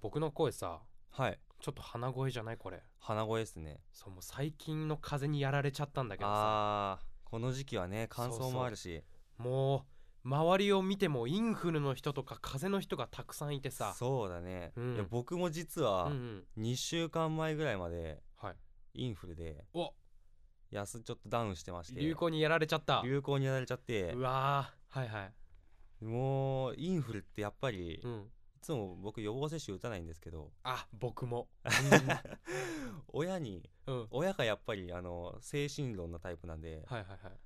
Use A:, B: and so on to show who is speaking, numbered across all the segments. A: 僕の声さ
B: はい
A: ちょっと鼻声じゃないこれ
B: 鼻声ですね
A: そうもう最近の風にやられちゃったんだけどさ
B: あーこの時期はね乾燥もあるし
A: もう周りを見てもインフルの人とか風邪の人がたくさんいて
B: そう
A: さ
B: だね、
A: うん
B: いや僕も実
A: うん
B: は
A: うん
B: 2週間前ぐらいまで
A: はい
B: インフルで
A: お
B: 安ちょっとダウンしてまして
A: 流行にやられちゃった
B: 流行にやられちゃって
A: うわーはいはい
B: もうインフルってやっぱり、
A: う
B: い
A: ん
B: つも僕予防接種打たないんですけ ど
A: あ僕も
B: 親に
A: うん、 うん、
B: 親がやっぱりあの精神論なタイプなんで、
A: はいはいはい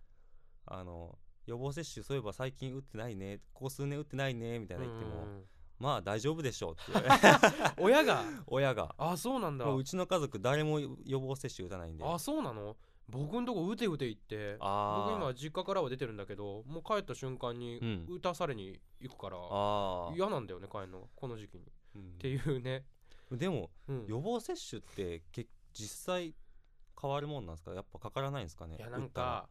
B: あの予防接種そういえば最近打ってないねここ数年打ってないねみたいな言っても、
A: うんうんうん
B: まあ大丈夫でしょうっ て
A: 親が
B: 親が
A: あそうなんだ
B: もううちの家族誰も予防接種打たないんであ
A: あそうなの僕んとこ打て打て行って僕
B: あ
A: 今実家からは出てるんだけどもう帰った瞬間に
B: うん
A: 打たされに行くから、
B: あー、
A: 嫌なんだよね帰るのがこの時期に、っ
B: うん
A: ていうね、
B: でも
A: うん、
B: 予防接種ってけ実際変わるもんなんですかやっぱかからないんですかね
A: いやなん
B: 打ったら
A: か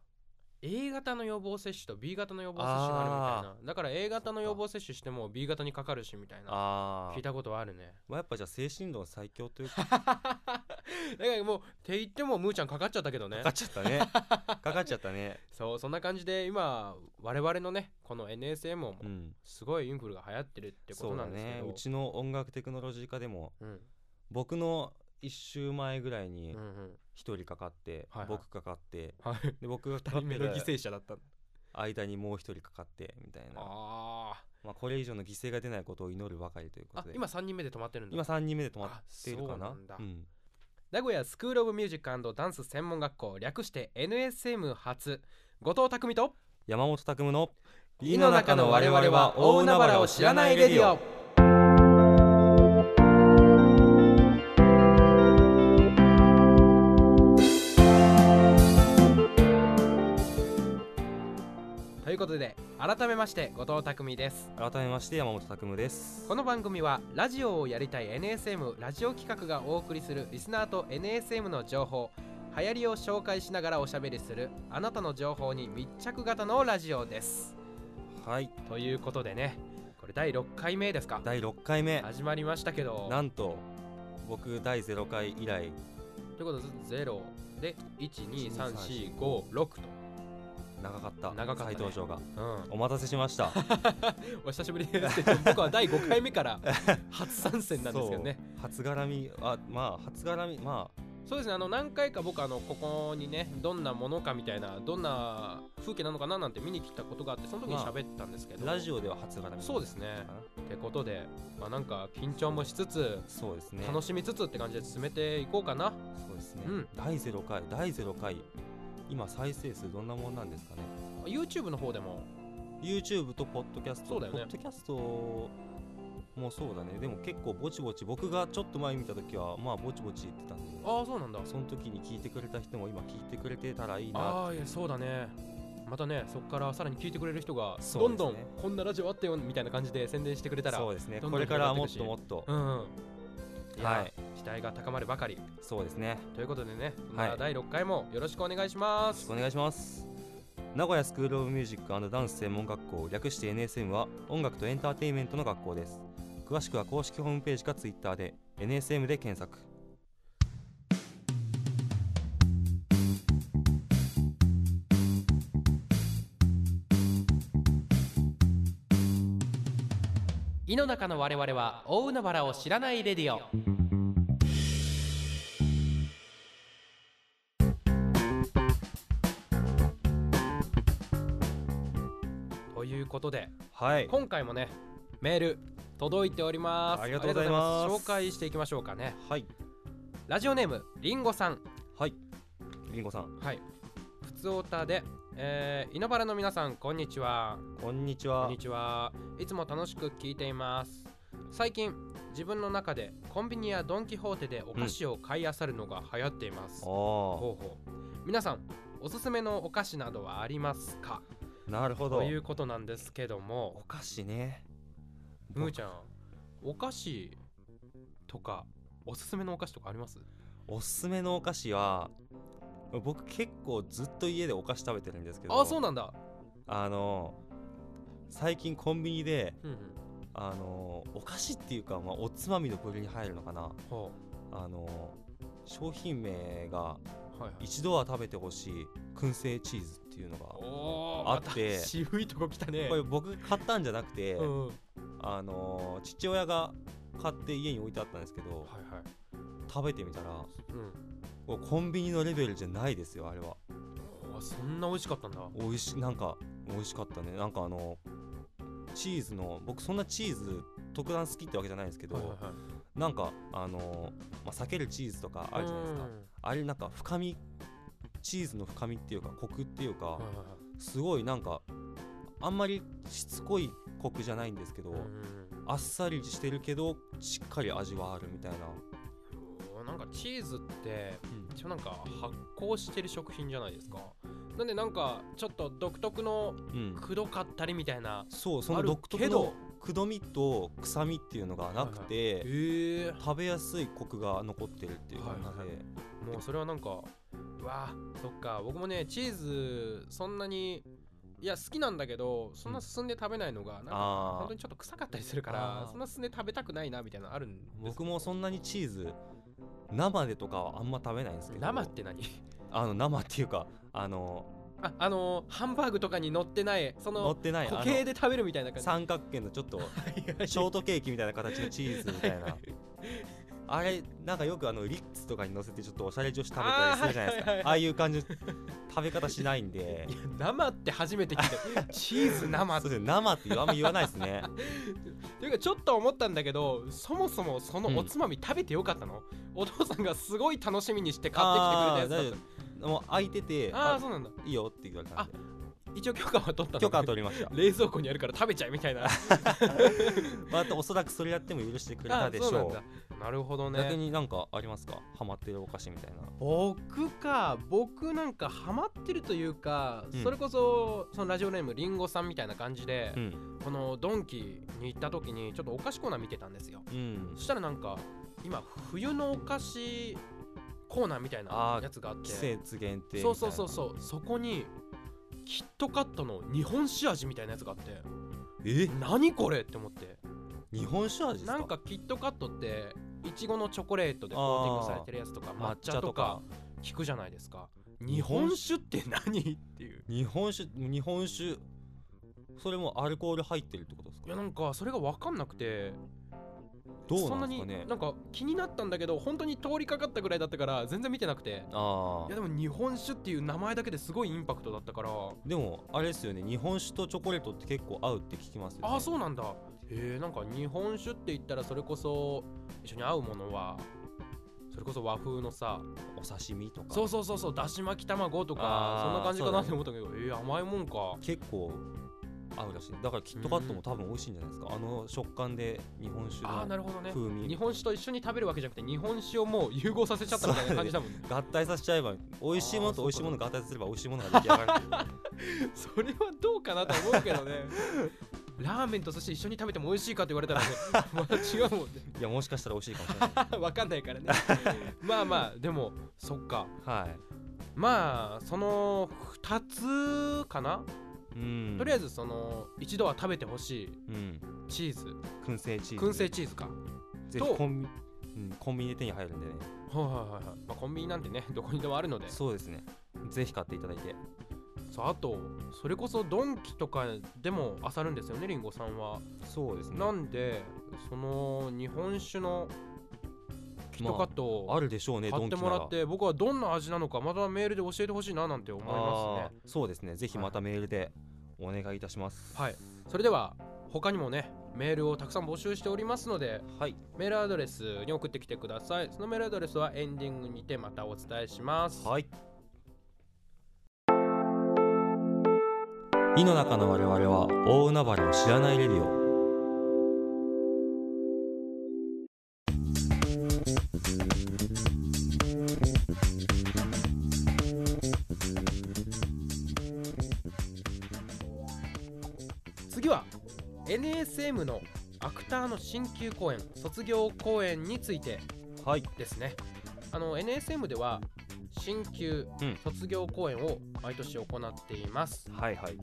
A: A 型の予防接種と B 型の予防接種があるみたいなだから A 型の予防接種しても B 型にかかるしみたいな
B: あ
A: 聞い
B: ー、
A: たことはあるね
B: まあ、やっぱじゃあ精神論最強というか
A: だからもうって言ってもむーちゃ んかかっちゃったけどね
B: かかっちゃったね かかっちゃったね
A: そうそんな感じで今我々のねこの NSM も
B: うん
A: すごいインフルが流行ってるってこ
B: そ
A: と
B: う
A: な
B: だ
A: んですけ
B: ね
A: ど
B: うちの音楽テクノロジー科でも
A: うん
B: 僕の1週前ぐらいに
A: うんうん
B: 一人かかって、
A: はいはい
B: 僕かかって
A: はい
B: で僕がかか
A: 2人
B: って
A: 目
B: る
A: の犠牲者 だった
B: 間にもう一人かかってみたいな
A: あ
B: まあ、これ以上の犠牲が出ないことを祈るばかりというこ
A: ーあ
B: とで
A: 今3人目で止まってるんだ
B: 今3人目で止まっているか
A: あ
B: な
A: そうなんだ名古屋スクール・オブ・ミュージックダンス専門学校略して NSM 初後藤匠と
B: 山本拓夢の「
A: 井の中の我々は大海原を知らないレディオ」ということで改めまして後藤匠です」
B: 改めまして山本拓夢です
A: この番組はラジオをやりたい NSM ラジオ企画がお送りするリスナーと NSM の情報流行りを紹介しながらおしゃべりするあなたの情報に密着型のラジオです
B: はい
A: ということでねこれ第6回目ですか
B: 第6回目
A: 始まりましたけど
B: なんと僕第0回以来
A: ということで0で12345 6と、
B: 長かった
A: 長かったね
B: 再登場が
A: うん、
B: お待たせしました
A: お久しぶりですって僕は第5回目から初参戦 なんですけどね
B: そう初絡みあまあ初絡みまあ
A: そうですねあの何回か僕あのここにねどんなものかみたいなどんな風景なのかななんて見に来たことがあってその時に喋ったんですけど、
B: ラジオでは初絡み
A: そうですねってことでまあなんか緊張もしつつ
B: そうですね
A: 楽しみつつって感じで進めていこうかな、
B: そうですね、
A: うん
B: 第0回第0回今再生数どんなもんなんですかね
A: YouTube の方でも
B: YouTube とポッドキャスト
A: そうだよね
B: ポッドキャストもそうだねでも結構ぼちぼち僕がちょっと前見た時はまあぼちぼち言ってたんで
A: ああそうなんだ
B: その時に聞いてくれた人も今聞いてくれてたらいいな
A: ああいやそうだねまたねそこからさらに聞いてくれる人が、
B: そう
A: ど
B: ですね
A: んどんこんなラジオあったよみたいな感じで宣伝してくれたら
B: そう
A: う
B: ですね
A: どんど
B: こ
A: ん
B: れからはもっ
A: 広
B: と
A: が
B: もっと
A: ん、いや
B: はい
A: 期待が高まるばかり
B: そうですねよ
A: ということでね、
B: はい
A: まあ第6回もよろしくお願いしま
B: ろし
A: す
B: くお願いします名古屋スクール・オブ・ミュージックダンス専門学校略して NSM は音楽とエンターテインメントの学校です詳しくは公式ホームページか Twitter で NSM で検索
A: 井の中の我々は大海原を知らないレディオということで
B: はい
A: 今回もねメール届いております
B: ありがとうございます
A: ありがとうござ紹介していきましょうかね
B: はい
A: ラジオネームりんごさん
B: はいりんごさん
A: はいふつおたで、えー、井の原の皆さんこんにちは
B: こんにち
A: こ
B: は
A: んにちはいつも楽しく聞いています最近自分の中でコンビニやドン・キホーテでお菓子を買い漁るのが流行っています、
B: あ
A: ほうほう皆さんおすすめのお菓子などはありますか
B: あなるほど
A: ということなんですけど
B: お
A: も
B: 菓子ね
A: むーちゃんお菓子とかおすすめのお菓子とかあります
B: おすすめのお菓子は僕結構ずっと家でお菓子食べてるんですけど
A: あそうなんだ
B: あの最近コンビニで
A: うんうん
B: あのお菓子っていうか、まあ、おつまみの部類に入るのかな
A: ほ
B: あの商品名
A: う
B: が
A: はいはい
B: 一度は食べてほしい燻製チーズっていうのが
A: おー
B: あって
A: また渋いとこ来たね
B: これ僕買ったんじゃなくて、
A: うんはい
B: あの父親が買って家に置いてあったんですけど
A: はい
B: 食べてみたら
A: うん
B: これコンビニのレベルじゃないですよあれは
A: あそんな美味しかったんだは
B: 美味しなんか美味しかったねなんかあのチーズの僕そんなチーズ特段好きってわけじゃないんですけ
A: い
B: ど、
A: はいはい
B: なんかあのまあ、避けるチーズとかあるじゃないですか、
A: うん
B: あれなんか深みチーズの深みっていうかコクっていうか
A: はいはいはい
B: すごいなんかあんまりしつこいコクじゃないんですけど、
A: うん
B: あっさりしてるけどしっかり味はあるみたいな、
A: うわなんかチーズって一応なんか発酵してる食品じゃないですかなんでなんかちょっと独特の
B: うんうん、
A: くどかったりみたいな
B: そうそ
A: あ
B: の
A: る
B: 独特
A: けど
B: のくどみと臭みっていうのがなくて、
A: へえ
B: 食べやすいコクが残ってるっていう感じで、
A: はいはいはもうそれはなんかうわあそっか僕もねチーズそんなにいや好きなんだけどそんな進んで食べないのがなんか
B: あ
A: 本当
B: ー
A: にちょっと臭かったりするから
B: あー
A: そんな進んで食べたくないなみたいなのあるんです
B: 僕もそんなにチーズ生でとかはあんま食べないんですけど
A: 生って何
B: あの生っていうかあの
A: ああのーハンバーグとかに乗ってないそ
B: 乗
A: の
B: ってない
A: 固
B: あ
A: 形
B: の
A: で食べるみたいな感じ
B: 三角形のちょっとショートケーキみたいな形のチーズみたいなあれなんかよくあのリッツとかに乗せてちょっとおしゃれ女子食べたりするじゃないで
A: あーはい
B: す
A: はいはい
B: かああいう感じの食べ方しないんで
A: いや生って初めて聞い たチーズ 生っ
B: そ
A: て
B: うですね生ってあんま言わないですね
A: ていうかちょっと思ったんだけどそもそもそのおつまみ食べてよかったの、お父さんがすごい楽しみにして買ってきてくれたやつだっ
B: あー大丈夫もう空いてて
A: たああ
B: あ
A: そうなんだ
B: いいよって言われたんで
A: 一応許可は取ったの
B: 許可は取りました
A: 冷蔵庫にあるから食べちゃいみたいなあ
B: まあ、おそらくそれやっても許してくれた
A: あ
B: でし
A: そうなん
B: ょ
A: だなるほど
B: う逆
A: ね
B: になんかありますかハマってるお菓子みたいな
A: 僕か僕なんかハマってるというか、
B: うん
A: それこそそのラジオネームりんごさんみたいな感じで
B: う、ん
A: このドンキに行った時にちょっとお菓子コーナー見てたんですよ
B: うん
A: そしたらなんか今冬のお菓子コーナーみたいな
B: あー
A: やつがあって
B: 季節限定みたいな
A: そうそうそうそうそこにキットカットの日本酒味みたいなやつがあって
B: え
A: 何これって思って
B: 日本酒味ですか
A: なんかキットカットっていちごのチョコレートでコーティングされてるやつとか抹茶とか聞くじゃないですか日
B: 日
A: 本
B: 本
A: 酒って何っていう
B: 日本酒日本酒それもアルコール入ってるってことです
A: いや
B: か
A: なんかそれが分かんなくて
B: どう
A: そんな
B: な
A: ん
B: です
A: に
B: かね
A: なんか気になったんだけど本当に通りかかったぐらいだったから全然見てなくて
B: あ
A: いやで
B: あ
A: も日本酒っていう名前だけですごいインパクトだったから
B: でもあれですよね日本酒とチョコレートって結構合うって聞きますよ、ね、
A: ああそうなんだへえなんか日本酒って言ったらそれこそ一緒に合うものはそれこそ和風のさ
B: お刺身とか
A: そうそうそうそうだし巻き卵とか
B: あー
A: そんな感じかなって
B: そ
A: 思ったけど、えー甘いもんか
B: 結構合うらしいだからキットカットも多分美味しいんじゃないですかあの食感で日本酒
A: ああー
B: の
A: なるほどね
B: 風味
A: 日本酒と一緒に食べるわけじゃなくて日本酒をもう融合させちゃったみたいな感じだもんね
B: 合体させちゃえば美味しいものと
A: あー
B: 美味しいものが合体すれば美味しいものが出来上がる
A: それはどうかなと思うけど ねラーメンと寿司一緒に食べても美味しいかって言われ たらねまた違うもん ね
B: いやもしかしたら美味しいかもしれない
A: わかんない からねまあまあでもそっか
B: はい
A: まあその2つかな、
B: うん
A: とりあ
B: え
A: えずその一度は食べてほしい
B: ずうん
A: チーズ
B: 燻製チーズ
A: 燻製チーズかはい
B: ぜひコンビ、うん、コンビニで手に入るんでね
A: はいはいはい、まあ、コンビニなんてねどこにでもあるので
B: そうですねぜひ買っていただいて
A: そうあとそれこそドンキとかでも漁るんですよねりんごさんは、
B: そうですね
A: なんでその日本酒のキットカット
B: あ
A: を
B: るでしょうね
A: 買って
B: ドンキ
A: も
B: な
A: らって僕はどんな味なのかまたメールで教えてほしいななんて思いますね
B: あーそうですねぜひまたメールでお願いいたします
A: はいそれでは他にもねメールをたくさん募集しておりますので
B: はい
A: メールアドレスに送ってきてくださいそのメールアドレスはエンディングにてまたお伝えします
B: はい井の中の我々は大海原を知らないレディオ
A: 次は NSM のアクターの新旧公演卒業公演について
B: はい
A: ですねあの NSM では新旧
B: うん
A: 卒業公演を毎年行っています、
B: はいはい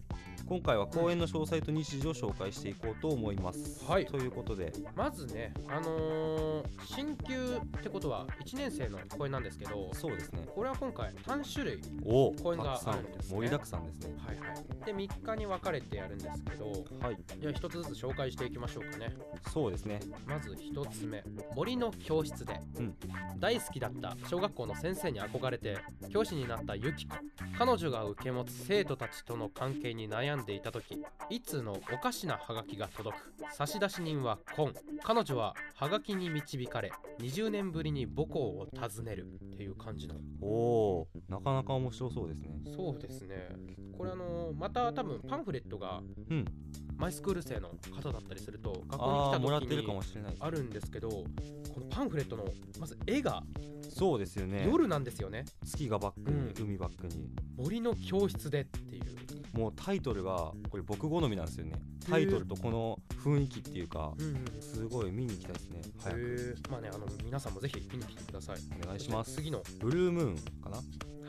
B: 今回は公演の詳細と日時を紹介していこうと思います、
A: はい
B: ということで
A: まずねあのー新級ってことは1年生の公演なんですけど
B: そうですね
A: これは今回3種類
B: おお
A: 公演が
B: たくさ
A: あるんですね
B: 盛りだくさんですね
A: はいはいで3日に分かれてやるんですけど
B: はい
A: じゃあ1つずつ紹介していきましょうかね
B: そうですね
A: まず1つ目森の教室で、
B: うん
A: 大好きだった小学校の先生に憧れて教師になったユキコ彼女が受け持つ生徒たちとの関係に悩んでいた時いつのおかしなハガキが届く差出人はコン彼女はハガキに導かれ20年ぶりに母校を訪ねるっていう感じの
B: おおなかなか面白そうですね
A: そうですねこれあのまた多分パンフレットが
B: うん
A: マイスクール生の方だったりすると学
B: あ
A: 校
B: あー
A: に
B: もら
A: 来た
B: って
A: 時
B: るか
A: に
B: もしれない
A: あるんですけどこのパンフレットのまず絵が
B: そうですよね
A: 夜なんですよね
B: 月がバックに、
A: う
B: 海バックに
A: 森の教室でっていう
B: もうタイトルがこれ僕好みなんですよねタイトルとこの雰囲気っていうか
A: うん、
B: すごい見に行きたいですね早く
A: へえまあねあの皆さんもぜひ見に来てください
B: お願いします
A: 次の
B: ブルームーンかな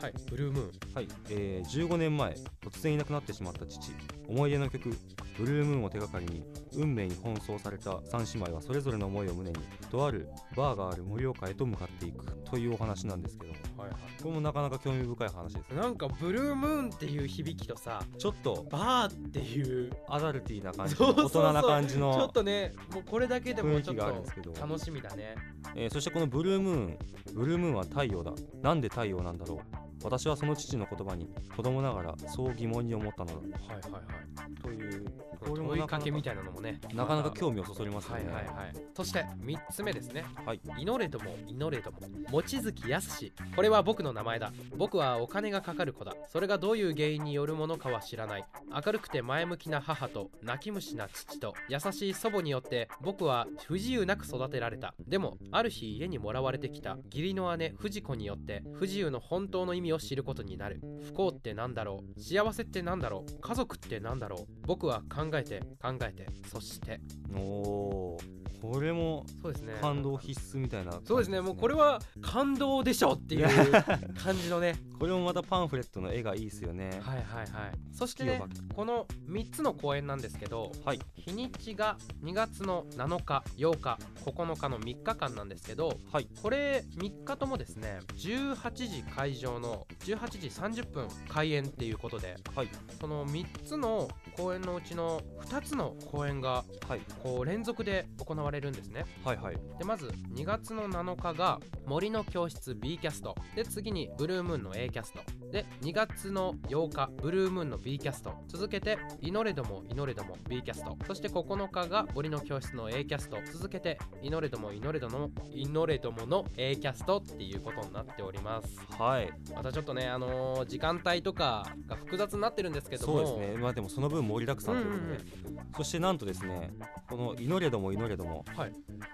A: はいブルームーン
B: はい、えー15年前突然いなくなってしまった父思い出の曲「ブルームーン」を手がかりに運命に奔走された3姉妹はそれぞれの思いを胸にとあるバーがある盛岡へと向かっていくというお話なんですけどこ
A: はいは
B: れもなかなか興味深い話です
A: い
B: ね
A: なんかブルームーンっていう響きとさ
B: ちょっと
A: バーっていう
B: アダルティーな感じ
A: そうそうそう
B: 大人な感じ
A: ちょ
B: の
A: っとねもうこれだけでも
B: 雰囲
A: ちょ
B: 気
A: っ
B: があるんです
A: と
B: けど
A: 楽しみだね
B: えーそしてこのブルームーンブルームーンは太陽だなんで太陽なんだろう私はその父の言葉に子供ながらそう疑問に思ったのだ
A: はいはいはい
B: という
A: これも追いかけみたいなのもね
B: なかなか興味をそそりますよ
A: はい
B: ね、
A: はいはいそして3つ目ですね
B: はい
A: 祈れども祈れども望月康これは僕の名前だ僕はお金がかかる子だそれがどういう原因によるものかは知らない明るくて前向きな母と泣き虫な父と優しい祖母によって僕は不自由なく育てられたでもある日家にもらわれてきた義理の姉藤子によって不自由の本当の意味を知ることになる不幸ってなんだろう幸せってなんだろう家族ってなんだろう僕は考えて考えてそして
B: おーこれも
A: そうですね
B: 感動必須みたいな、
A: そうですね、もうこれ
B: は
A: は感動でしょっていう
B: い
A: 感じのね。
B: これもまたパンフレットの絵がいいですよね
A: はいはいはい。そして
B: 月
A: ね
B: をバック、
A: この3つの公演なんですけど、
B: はい
A: 日にちが2月の7日、8日、9日の3日間なんですけど、
B: はい
A: これ3日ともですね、18時会場の18時30分開演っていうことで、
B: はい
A: その3つの公演のうちの2つの公演が
B: はい
A: こう連続で行われるんですね。
B: はいはい
A: でまず2月の7日が「森の教室 B キャスト」で次に「ブルームーン」の A キャストで2月の8日「ブルームーン」の B キャスト続けて「祈れども祈れども」B キャストそして9日が「森の教室」の A キャスト続けて「祈れども祈れども祈れども」の A キャストっていうことになっております
B: はい
A: またちょっとねあのー時間帯とかが複雑になってるんですけど
B: そう
A: も
B: ですねまあでもその分盛りだくさんということで、そしてなんとですねこの「祈れども祈れども
A: はい」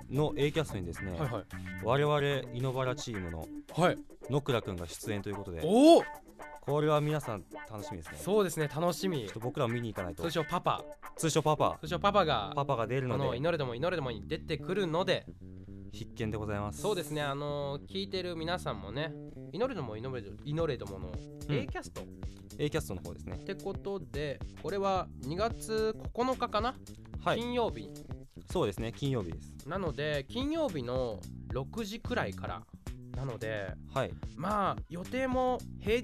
B: の A キャストにですね、
A: はいはい
B: 我々稲原チームの
A: はい
B: 野倉くんが出演ということで
A: おお
B: これは皆さん楽しみですねちょ
A: そうですね楽しみ
B: っと僕らも見に行かないと
A: 通称パパ
B: 通称パパ
A: 通称パパが
B: パパが出る
A: あ
B: の
A: の
B: で
A: 祈れども祈れどもに出てくるので
B: 必見でございます
A: そうですねあの聞いてる皆さんもね祈れども祈れど祈れどもの
B: うん
A: A キャストっ
B: A キャストの方ですね
A: てことでこれは2月9日かな、
B: はい
A: 金曜日
B: そうですね金曜日です
A: なので金曜日の6時くらいからなので
B: はい
A: まあ予定も平日っ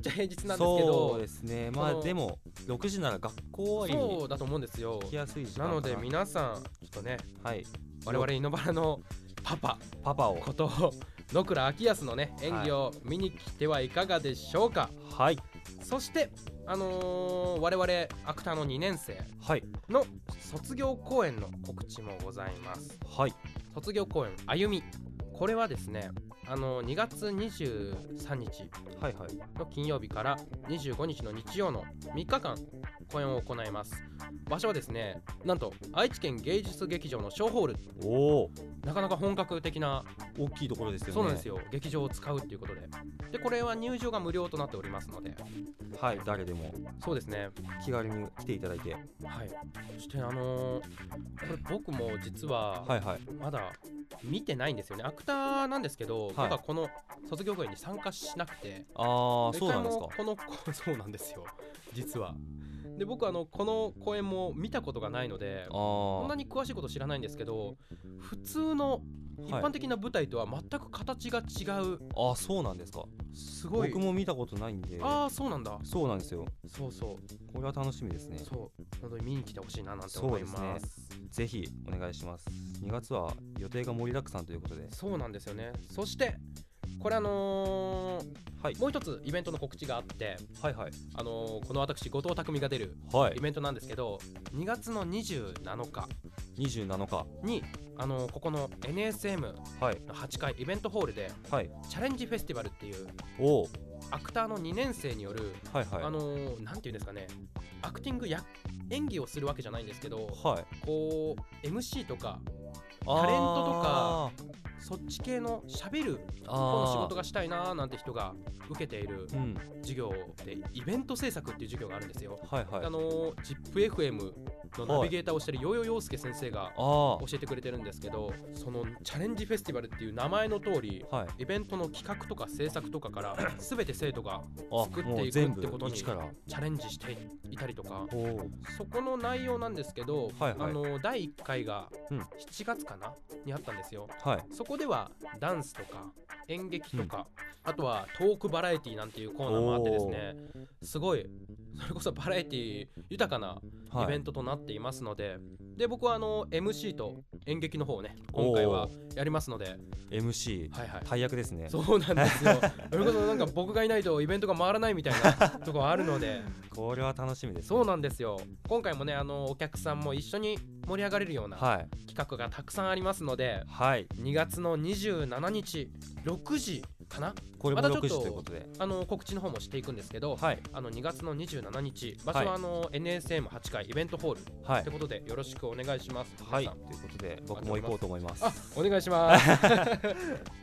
A: ちゃ平日なんですけ
B: そう
A: ど
B: ですね
A: そ
B: ま
A: の
B: あでも6時なら学校終わり
A: そ
B: に
A: うだと思うんですよ
B: 来やすい時間
A: な
B: か
A: ので皆さんちょっとね
B: はい
A: 我々イノバラのパパ
B: パパを
A: こと野倉昭康のね演技を見に来てはいかがでしょうか、
B: はい
A: そしてあのー我々アクターの2年生
B: はい
A: の卒業公演の告知もございます
B: はい
A: 卒業公演歩みこれはですねあのー2月23日
B: はいはい
A: の金曜日から25日の日曜の3日間公演を行います場所はですねなんと愛知県芸術劇場の小ホール
B: おお
A: なかなか本格的な
B: 大きいところですよね
A: そうなんですよ劇場を使うっていうことででこれは入場が無料となっておりますので
B: はい誰でも
A: そうですね
B: 気軽に来ていただいては
A: はいそしてあのーこれ僕も実はい
B: はい
A: まだ見てないんですよねアクターなんですけど、
B: い
A: まだこの卒業公演に参加しなくて
B: ああそうなんですか
A: 一回もこのこそうなんですよ実はで僕あのこの公演も見たことがないのでそん
B: あ
A: なに詳しいこと知らないんですけど普通の一般的な舞台とは全く形が違う、
B: ああそうなんですか
A: すごい
B: 僕も見たことないんで
A: ああそうなんだ
B: そうなんですよ
A: そうそう
B: これは楽しみですね
A: そう本当に見に来てほしいななんて
B: そ
A: 思
B: う
A: い
B: です
A: ま
B: ね
A: す
B: ぜひお願いします2月は予定が盛りだくさんということで
A: そうなんですよねそしてこれあの
B: はい
A: ーもう一つイベントの告知があって、
B: はいはい
A: あのーこの私後藤匠が出る
B: は
A: イベントなんですけど2月の27日
B: い27日
A: に、あのーここの NSM の
B: はい
A: 8階イベントホールで
B: はい
A: チャレンジフェスティバルっていう
B: おお
A: アクターの2年生による、
B: はいはい
A: あのーなんていうんですかねアクティングや演技をするわけじゃないんですけど
B: はい
A: こう MC とか
B: タ
A: レントとかそっち系のしゃべる
B: こ
A: 方の仕事がしたいなーなんて人が受けている
B: うん
A: 授業でイベント制作っていう授業があるんですよ。
B: はいはい
A: あの ZIPFM のナビゲーターをしてるヨーヨーヨースケ先生が
B: ああ
A: 教えてくれてるんですけどそのチャレンジフェスティバルっていう名前の通り
B: はい
A: イベントの企画とか制作とかから 全て生徒が
B: あ
A: 作っていく
B: もう全
A: って
B: 部
A: ことに
B: 一から
A: チャレンジしていたりとか
B: おお
A: そこの内容なんですけど、
B: はいはい
A: あの第1回が
B: うん
A: 7月かな、にあったんですよ。
B: はい
A: そこではダンスとか演劇とか、あとはトークバラエティなんていうコーナーもあってですねすごいそれこそバラエティ豊かな
B: はい
A: イベントとなっていますので、で僕はあの MC と演劇の方をね今回は
B: お
A: やりますので
B: MC
A: はいはい。
B: 大役ですね
A: そうなんです よ。それこそなんか僕がいないとイベントが回らないみたいな とこあるので、
B: これは楽しみです
A: そうなんですよ。今回もねあのお客さんも一緒に盛り上がれるような
B: はい
A: 企画がたくさんありますので、
B: はい
A: 2月の27日6時かな
B: これも
A: またちょっ
B: 6
A: と
B: 時ということで
A: あの告知の方もしていくんですけど、
B: はい
A: あの2月の27日場所は
B: は
A: いあの、NSM8 階イベントホールっ
B: はい
A: てことでよろしくお願いします。
B: はい
A: 皆
B: と
A: さん
B: いうことで僕も行こうと思います
A: あお願いします。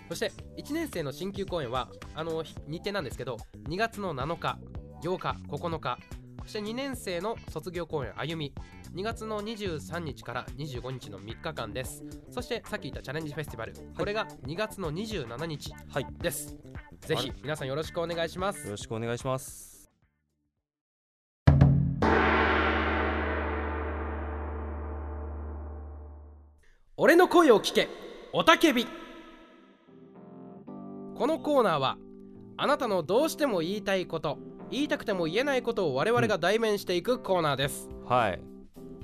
A: そして1年生の新級公演はあの日日程なんですけど2月の7日8日9日そして2年生の卒業公演歩み2月の23日から25日の3日間ですそしてさっき言ったチャレンジフェスティバル、これが2月の27日
B: はいよ
A: ですぜひ皆さんよろしくお願いします
B: ろしくお願いします
A: 俺の声を聞けおたけびこのコーナーはあなたのどうしても言いたいこと言いたくても言えないことを我々が代弁していくコーナーです、
B: はい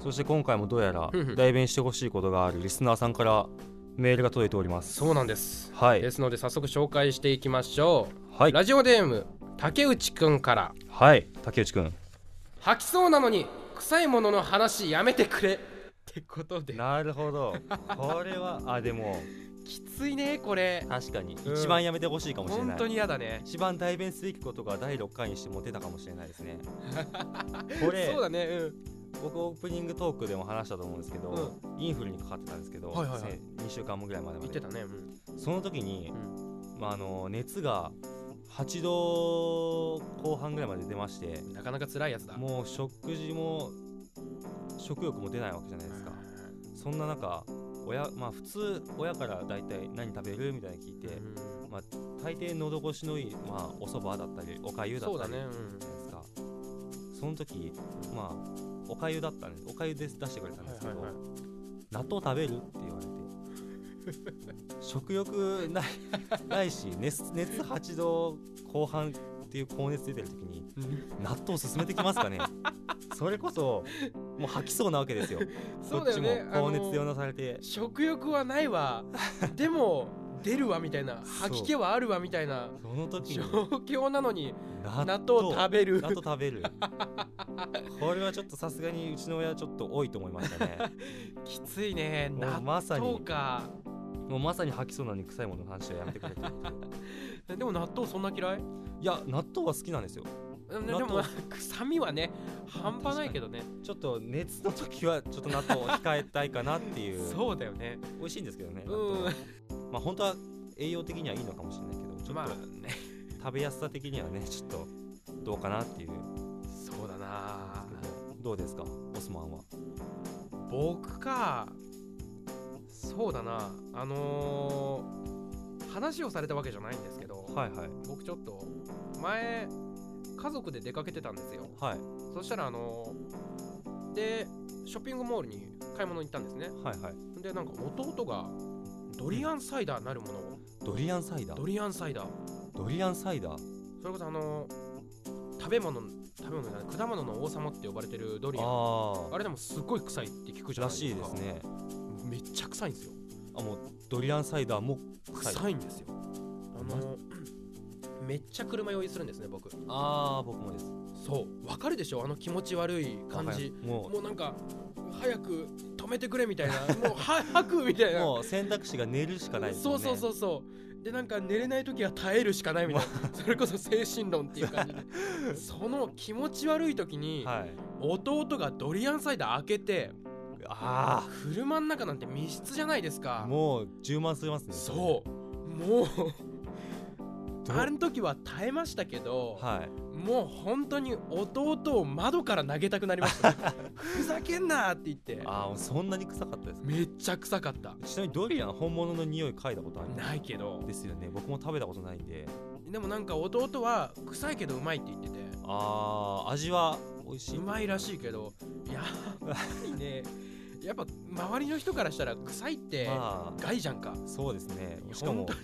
B: そして今回もどうやら
A: ふんふん
B: 代弁してほしいことがあるリスナーさんからメールが届いております
A: そうなんです
B: はい
A: ですので早速紹介していきましょう、
B: はい
A: ラジオネーム竹内くんから
B: はい竹内くん
A: 吐きそうなのに臭いものの話やめてくれってことで
B: なるほどこれはあでも
A: きついねこれ
B: 確かに
A: うん
B: 一番やめてほしいかもしれ
A: 本
B: ない
A: 当に嫌だね
B: 一番代弁すべきことが第6回にしても出たかもしれないです ねこれ
A: そうだねうん
B: 僕オープニングトークでも話したと思うんですけど、インフルにかかってたんですけど、
A: はいはいはい
B: 2週間もぐらいまでま
A: 言っ
B: で
A: てたねうん
B: その時に
A: う、ん
B: まあ、あの熱が8度後半ぐらいまで出まして
A: なかなか辛いやつだ
B: もう食事も食欲も出ないわけじゃないですかそんな中親まあ普通親から大体何食べるみたいなの聞いて、
A: うん
B: 大抵喉越しのいい、まあ、お蕎麦だったりおかゆだ
A: そう
B: った
A: だ
B: り
A: ね
B: じゃないですかそ,、の時まあおかゆだったんですおかゆで出してくれたんですけど、納豆食べるって言われて食欲ないないし熱熱8度後半っていう高熱出てる時に
A: うん
B: 納豆進めてきますかねそれこそもう吐きそうなわけですよ
A: そうだよね
B: こっちも高
A: あ
B: 熱
A: の
B: でうなされて
A: 食欲はない わでも出るわみたいな
B: そう
A: 吐き気はあるわみたいな
B: その時
A: 状
B: に
A: 況なのに
B: 納
A: 納豆食べる
B: 納豆食べるこれはちょっとさすがにうちの親はちょっと多いと思いましたね
A: きついね
B: もう
A: 納
B: まさ
A: 豆
B: に
A: か
B: もうまさに吐きそうなのに臭いものの話はやめてくれて
A: でも納豆そんな嫌いで
B: いや納豆は好きなんですよ
A: もでも
B: 納
A: 臭みはね半端ないけどね
B: ちょっと熱の時はちょっと納豆を控えたいかなっていう
A: そうだよね
B: 美味しいんですけどね
A: うん
B: 納豆はまあ本当は栄養的にはいいのかもしれないけどちょっと、
A: まあね
B: 食べやすさ的にはねちょっとどうかなっていう
A: そうだな
B: どうですかオスマンは
A: 僕かそうだなあのー話をされたわけじゃないんですけど
B: はいはい
A: 僕ちょっと前家族で出かけてたんですよ
B: はい
A: そしたらあのでショッピングモールに買い物に行ったんですね
B: はいはい
A: でなんか弟がドリアンサイダーなるものを
B: ドリアンサイダ
A: ド
B: ー
A: リアンサイダー
B: ドリアンサイダー
A: それこそあの食べ物食べ物じゃない果物の王様って呼ばれてるドリアンあ
B: ああ
A: れでもすごい臭いって聞くじゃ
B: ら
A: ないです
B: しい
A: か
B: ですね
A: めっちゃ臭いんですよ
B: あもうドリアンサイダーも臭い
A: 臭いんですよあのめっちゃ車酔いするんですね僕
B: ああ僕もです
A: そうわかるでしょあの気持ち悪い感
B: わかり
A: じ
B: ますも
A: もうなんか早く止めてくれみたい なもうは吐くみたいうな
B: もう選択肢が寝るしかないです
A: そ
B: も
A: うん
B: ね
A: そうそうそうでなんか寝れない時は耐えるしかないみたいな それこそ精神論っていう感じ でその気持ち悪い時に、
B: はい
A: 弟がドリアンサイダー開けて
B: あ
A: 車の中なんて密室じゃないです
B: あ
A: か
B: もう10万すぎますね
A: そうもう
B: ど
A: あの時は耐えましたけど、
B: はい
A: もう本当に弟を窓から投げたくなりま したねふざけんなって言って
B: ああそんなに臭かったです
A: めっちゃ臭かった
B: ちなみにドリアン本物の匂い嗅いだことありま
A: ないけど
B: すですよね僕も食べたことないんで
A: でもなんか弟は臭いけどうまいって言ってて
B: ああ味は美味しいう
A: まいらしいけどやっぱり ねやっぱ周りの人からしたら臭いって
B: ま
A: 害じゃんか、
B: あそうですねしかも
A: 本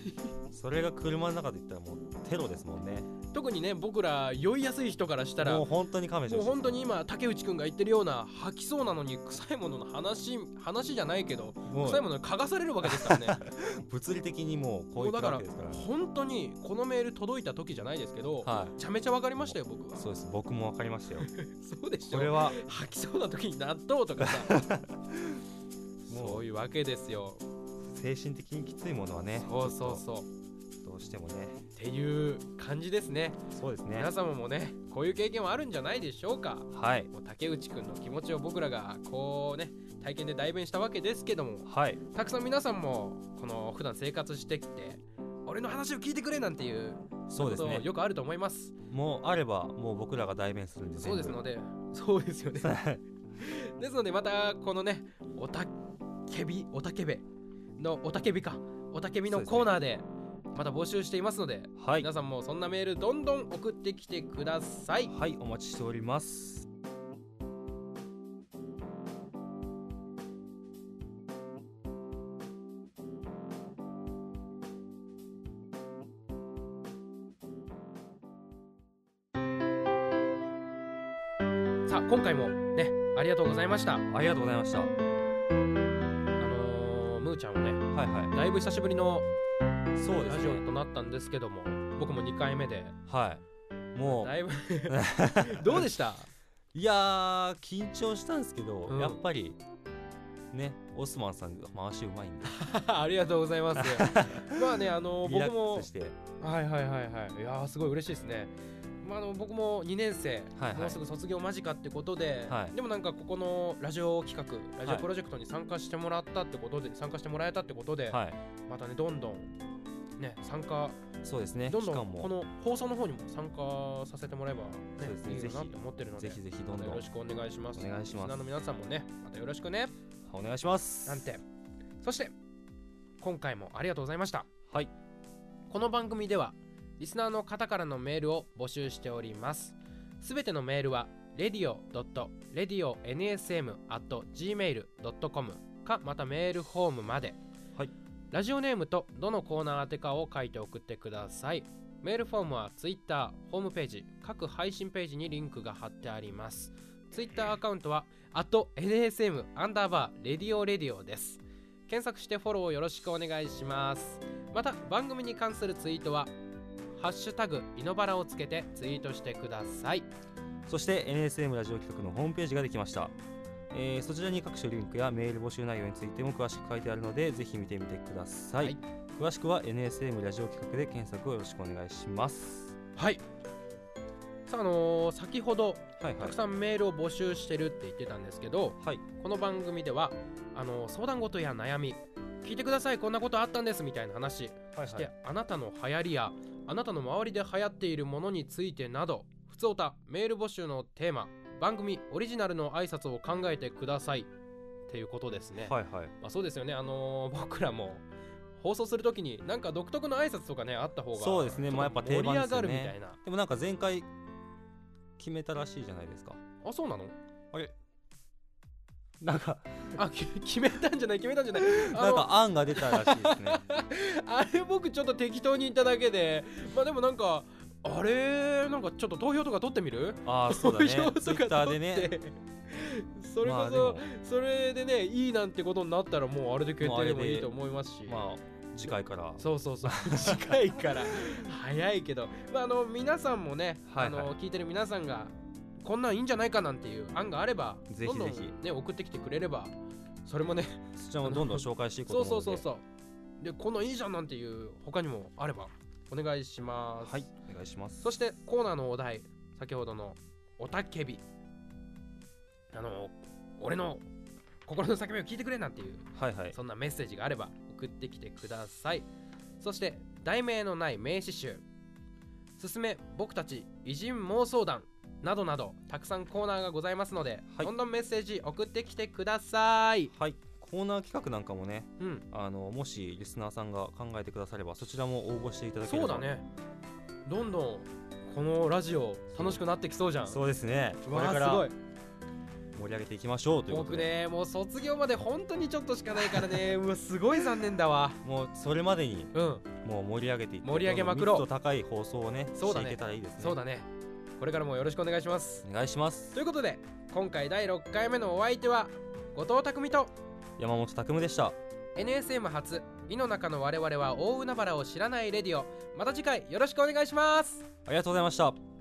B: それが車の中で言ったらもうテロですもんね
A: 特にね僕ら酔いやすい人からしたら
B: もう
A: も
B: 本当に亀
A: う
B: ちゃん
A: 本当に今竹内くんが言ってるような吐きそうなのに臭いものの話話じゃないけど
B: も
A: 臭いうものに嗅がされるわけですからね
B: 物理的にも うこう
A: も
B: いうった
A: だか
B: わ
A: ら
B: けですから
A: 本当にこのメール届いた時じゃないですけど、
B: は
A: めちゃめちゃ分かりましたよ僕
B: い
A: はそ
B: そうです僕も分かりました よ
A: うでし
B: これ
A: ょ
B: は
A: 吐きそうな時に納豆とかさ
B: もう
A: そういうわけですよ
B: 精神的にきついものはね
A: そうそうそう
B: ちょっとどうしてもね
A: っていう感じですね
B: そうですね
A: 皆様もねこういう経験はあるんじゃないでしょうか
B: はい
A: もう竹内くんの気持ちを僕らがこうね体験で代弁したわけですけども
B: はい
A: たくさん皆さんもこの普段生活してきて俺の話を聞いてくれなんていう
B: そう
A: こ
B: です
A: と
B: ね
A: よくあると思います
B: もうあればもう僕らが代弁するんで
A: そうですの
B: の
A: でそうです よね
B: はい
A: ですのでまたこのねおたけびおたけべのおたけびかおたけびのコーナーでまた募集していますので
B: はい
A: 皆さんもそんなメールどんどん送ってきてください
B: はいお待ちしております
A: さあ今回もねありがとうございましたあ
B: ありがとうございましたはい
A: のー、むーちゃんもね
B: は
A: だいぶ久しぶりの
B: いそうで
A: ラ
B: す
A: ジオ
B: ね
A: となったんですけども僕も2回目で
B: はいもう
A: だい ぶ どうでした
B: いやー緊張したんですけど、
A: うん
B: やっぱりねオスマンさん回しうまいんで
A: ありがとうございますまあねあのー
B: リラ
A: 僕
B: ッ
A: も
B: クスして
A: はいはいはいはいいやーすごい嬉しいですねまあ、あの僕も2年生、
B: はいはい
A: もうすぐ卒業間近ってことで、
B: はい
A: でもなんかここのラジオ企画ラジ
B: は
A: オ
B: い
A: プロジェクトに参加してもらったってことで、参加してもらえたってことで、
B: はい
A: またねどんどんね参加
B: そうですね
A: どんど
B: 期間
A: ん
B: も
A: この放送の方にも参加させてもらえば、
B: そうですね
A: ね、いい
B: ぜ
A: か
B: ひ
A: なと思ってるので
B: ぜひぜひど
A: ま
B: ん
A: た
B: ど
A: よろ
B: ん
A: しくお願いします
B: お願いしま
A: リス
B: す
A: ナーの皆さんもねまたよろしくね
B: お願いします
A: なんてそして今回もありがとうございました
B: はい
A: この番組ではリスナーの方からのメールを募集しておりますすべてのメールは radio.radionsm.gmail.com かまたメールフォームまで、
B: はい
A: ラジオネームとどのコーナー宛てかを書いて送ってくださいメールフォームは Twitter ホームページ各配信ページにリンクが貼ってあります Twitter アカウント は NSM アンダーバーレディオレディオです検索してフォローよろしくお願いしますまた番組に関するツイートは「ハッシュタグイノバラ」をつけてツイートしてください
B: そして NSM ラジオ企画のホームページができました、えーそちらに各種リンクやメール募集内容についても詳しく書いてあるのでぜひ見てみてください、
A: はい
B: 詳しくは NSM ラジオ企画で検索をよろしくお願いします
A: はいさああのー先ほど
B: はいは
A: た
B: い
A: くさんメールを募集してるって言ってたんですけど、
B: はい
A: この番組ではあのー相談事や悩み聞いてくださいこんなことあったんですみたいな話
B: は
A: そ
B: い
A: して、あなたの流行りやあなたの周りで流行っているものについてなどふつおたメール募集のテーマ番組オリジナルの挨拶を考えてくださいっていうことですね、
B: はいはい
A: まあ、そうですよねあのー 僕らも放送するときになんか独特の挨拶とかねあった方が
B: そうですねまあやっぱ定番
A: 盛り
B: で
A: 上
B: すよ
A: が
B: ね
A: るみたいな
B: でもなんか前回決めたらしいじゃないですか
A: あそうな の
B: あれなんか
A: あき決めたんじゃない決めたんじゃない
B: な
A: あ
B: ん
A: の
B: か案が出たらしいで すね
A: あれ僕ちょっと適当に言っただけでまあでもなんかあれなんかちょっと投票とか取ってみる
B: ああそうだ
A: 投
B: ね
A: 票
B: ツ
A: と
B: イッ
A: か
B: ター
A: 取
B: で
A: っ
B: ね
A: てそれ
B: ま
A: こ
B: あで
A: そ
B: も
A: それでねいいなんてことになったらもうあれで決定でもいいと思いますし
B: まあ次回から
A: そうそう そう近いから早いけど、まあ、あの皆さんもね、
B: はいはい
A: あの聞いてる皆さんがこんなんいいんじゃないかなんていう案があれば
B: ぜひぜひ
A: どんどん、ね、送ってきてくれればそれもね
B: そちらもどんどん紹介していこ
A: そう
B: うと
A: そ
B: 思
A: う
B: うので
A: そうそうでこのいいじゃんなんていう他にもあればお願いします、
B: はいお願いします
A: そしてコーナーのお題先ほどのおたけびあの俺の心の叫びを聞いてくれなんていう
B: はいはい
A: そんなメッセージがあれば送ってきてください。そして、題名のない名刺集、すすめ僕たち偉人妄想談などなど、たくさんコーナーがございますので、
B: はい
A: どんどんメッセージ送ってきてください。
B: はいコーナー企画なんかもね
A: うん、
B: あのもしリスナーさんが考えてくださればそちらも応募していただけれ
A: そう
B: ば
A: だね。どんどんこのラジオ楽しくなってきそうじゃん。
B: そうですね
A: う
B: こ
A: わ
B: れ
A: あ
B: か
A: すご
B: ら
A: い
B: 盛り上げていきましょうということ
A: 僕
B: で
A: ねもう卒業まで本当にちょっとしかないから ねうわすごい残念だわ
B: もうそれまでに
A: うん
B: もう盛り上げていって
A: 盛り上げまくろう
B: どんどん密度高い放送をね
A: そうだね
B: していけたらいいですね
A: そうだねこれからもよろしくお願いします
B: お願いします
A: ということで今回第6回目のお相手は後藤匠と
B: 山本拓夢でした
A: NSM 初「井の中の我々は大海原を知らないレディオ」また次回よろしくお願いします
B: ありがとうございました